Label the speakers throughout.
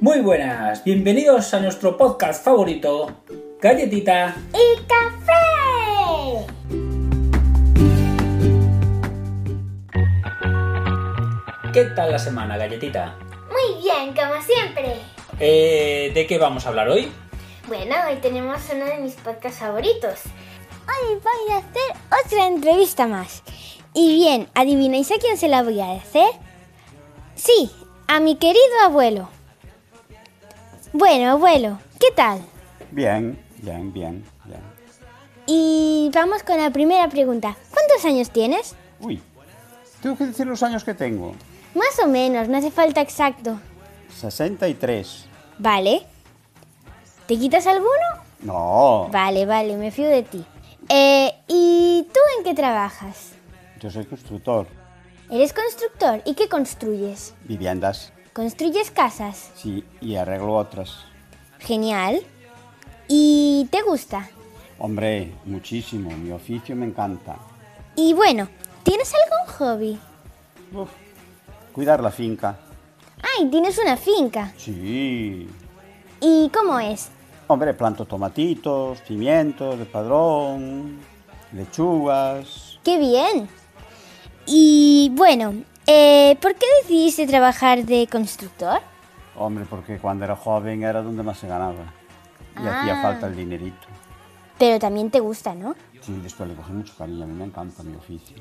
Speaker 1: Muy buenas, bienvenidos a nuestro podcast favorito, Galletita.
Speaker 2: y café.
Speaker 1: ¿Qué tal la semana, Galletita?
Speaker 2: Muy bien, como siempre.
Speaker 1: Eh, ¿De qué vamos a hablar hoy?
Speaker 2: Bueno, hoy tenemos uno de mis podcasts favoritos. Hoy voy a hacer otra entrevista más. Y bien, ¿adivináis a quién se la voy a hacer? Sí, a mi querido abuelo. Bueno, abuelo, ¿qué tal?
Speaker 3: Bien, bien, bien, bien.
Speaker 2: Y vamos con la primera pregunta. ¿Cuántos años tienes?
Speaker 3: Uy, tengo que decir los años que tengo.
Speaker 2: Más o menos, no hace falta exacto.
Speaker 3: 63.
Speaker 2: ¿Vale? ¿Te quitas alguno
Speaker 3: No,
Speaker 2: Vale, vale, me fío de ti. Eh, ¿Y tú en qué trabajas?
Speaker 3: yo soy constructor.
Speaker 2: ¿Eres constructor? ¿Y qué construyes?
Speaker 3: Viviendas,
Speaker 2: ¿Construyes casas?
Speaker 3: sí, y arreglo otras.
Speaker 2: Genial. ¿Y te gusta?
Speaker 3: Hombre, muchísimo, mi oficio me encanta.
Speaker 2: Y bueno, ¿tienes algún hobby?
Speaker 3: Uf, cuidar la finca.
Speaker 2: Ay, tienes una finca.
Speaker 3: Sí.
Speaker 2: ¿Y cómo es?
Speaker 3: Hombre, planto tomatitos, pimientos de padrón, lechugas.
Speaker 2: ¡Qué bien! Y bueno, eh, ¿por qué decidiste trabajar de constructor?
Speaker 3: Hombre, porque cuando era joven era donde más se ganaba. Y
Speaker 2: Ah.
Speaker 3: hacía falta el dinerito.
Speaker 2: Pero también te gusta, ¿no?
Speaker 3: Sí, después le cogí mucho cariño, a mí me encanta mi oficio.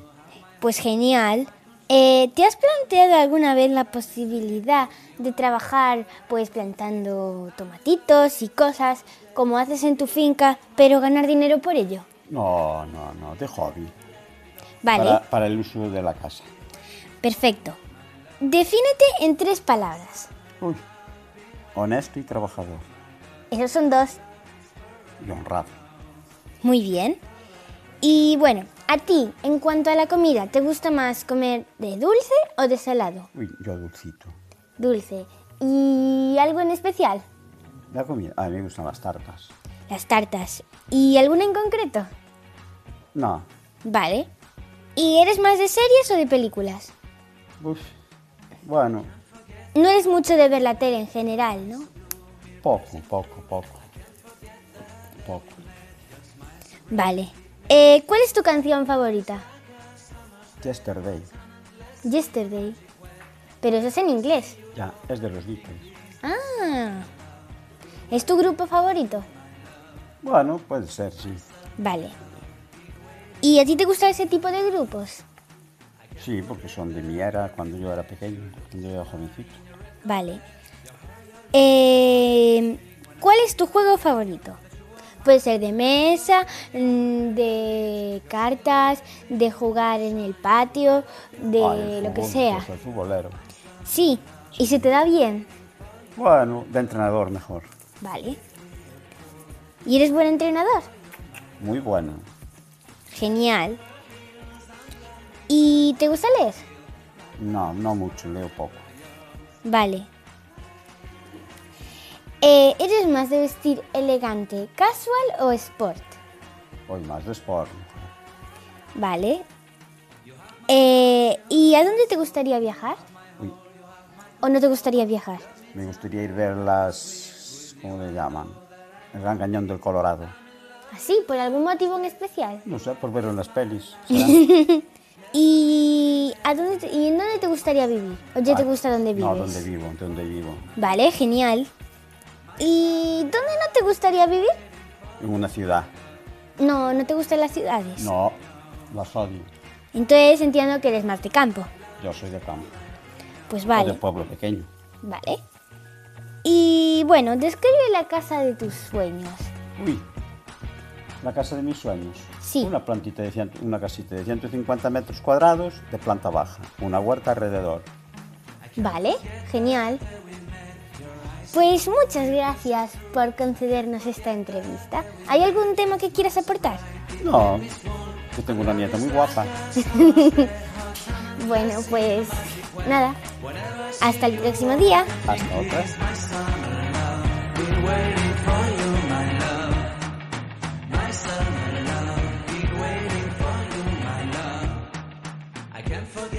Speaker 2: Pues genial. Eh, ¿Te has planteado alguna vez la posibilidad de trabajar pues plantando tomatitos y cosas como haces en tu finca, pero ganar dinero por ello?
Speaker 3: No, no, no, de hobby.
Speaker 2: Vale,
Speaker 3: Para, para el uso de la casa.
Speaker 2: perfecto. Defínete en tres palabras.
Speaker 3: Uy. Honesto y trabajador.
Speaker 2: Esos son dos.
Speaker 3: Y honrado.
Speaker 2: Muy bien. Y bueno, a ti, en cuanto a la comida, ¿te gusta más comer de dulce o de salado?
Speaker 3: Uy, yo dulcito.
Speaker 2: Dulce. ¿Y algo en especial?
Speaker 3: La comida. A mí me gustan las tartas.
Speaker 2: Las tartas. ¿Y alguna en concreto?
Speaker 3: No.
Speaker 2: Vale. ¿Y eres más de series o de películas?
Speaker 3: Uf. Bueno,
Speaker 2: No eres mucho de ver la tele en general, ¿no?
Speaker 3: poco, poco, poco. Poco.
Speaker 2: Vale. Eh, ¿Cuál es tu canción favorita?
Speaker 3: Yesterday.
Speaker 2: Yesterday. Pero eso es en inglés.
Speaker 3: Ya, es de los Beatles.
Speaker 2: Ah. ¿Es tu grupo favorito?
Speaker 3: Bueno, puede ser, sí.
Speaker 2: Vale. ¿Y a ti te gusta ese tipo de grupos?
Speaker 3: Sí, porque son de mi era cuando yo era pequeño, cuando yo era jovencito.
Speaker 2: Vale. Eh, ¿Cuál es tu juego favorito? Puede ser de mesa, mm, de cartas, de jugar en el patio, de
Speaker 3: Ah, el
Speaker 2: lo que
Speaker 3: fútbol,
Speaker 2: sea.
Speaker 3: yo Soy futbolero.
Speaker 2: Sí, y se te da bien.
Speaker 3: Bueno, de entrenador mejor.
Speaker 2: Vale. ¿Y eres buen entrenador?
Speaker 3: Muy bueno.
Speaker 2: Genial. ¿Y te gusta leer?
Speaker 3: No, no mucho, leo poco.
Speaker 2: Vale. Eh, ¿Eres más de vestir elegante, casual o sport?
Speaker 3: Hoy más de sport.
Speaker 2: Vale. Eh, ¿Y a dónde te gustaría viajar?
Speaker 3: Uy,
Speaker 2: ¿O no te gustaría viajar?
Speaker 3: me gustaría ir a ver las... ¿Cómo le llaman? El Gran Cañón del Colorado.
Speaker 2: ¿Así? ¿Por algún motivo en especial?
Speaker 3: No sé, por verlo en las pelis. ¿será?
Speaker 2: ¿Y, a dónde te- y en dónde te gustaría vivir? ¿O ya te
Speaker 3: Ah,
Speaker 2: gusta dónde vives?
Speaker 3: No, donde vivo, donde vivo.
Speaker 2: Vale, genial. ¿Y dónde no te gustaría vivir?
Speaker 3: En una ciudad.
Speaker 2: No, no te gustan las ciudades.
Speaker 3: No, las odio.
Speaker 2: Entonces entiendo que eres más de campo.
Speaker 3: Yo soy de campo.
Speaker 2: Pues
Speaker 3: o De
Speaker 2: vale,
Speaker 3: pueblo pequeño.
Speaker 2: vale. Y bueno, describe la casa de tus sueños.
Speaker 3: Uy, la casa de mis sueños.
Speaker 2: Sí.
Speaker 3: Una plantita de cien- una casita de 150 metros cuadrados de planta baja. Una huerta alrededor.
Speaker 2: Vale, genial. Pues muchas gracias por concedernos esta entrevista. ¿Hay algún tema que quieras aportar?
Speaker 3: No, yo tengo una nieta muy guapa.
Speaker 2: Bueno, pues nada. Hasta el próximo día.
Speaker 3: Hasta otra.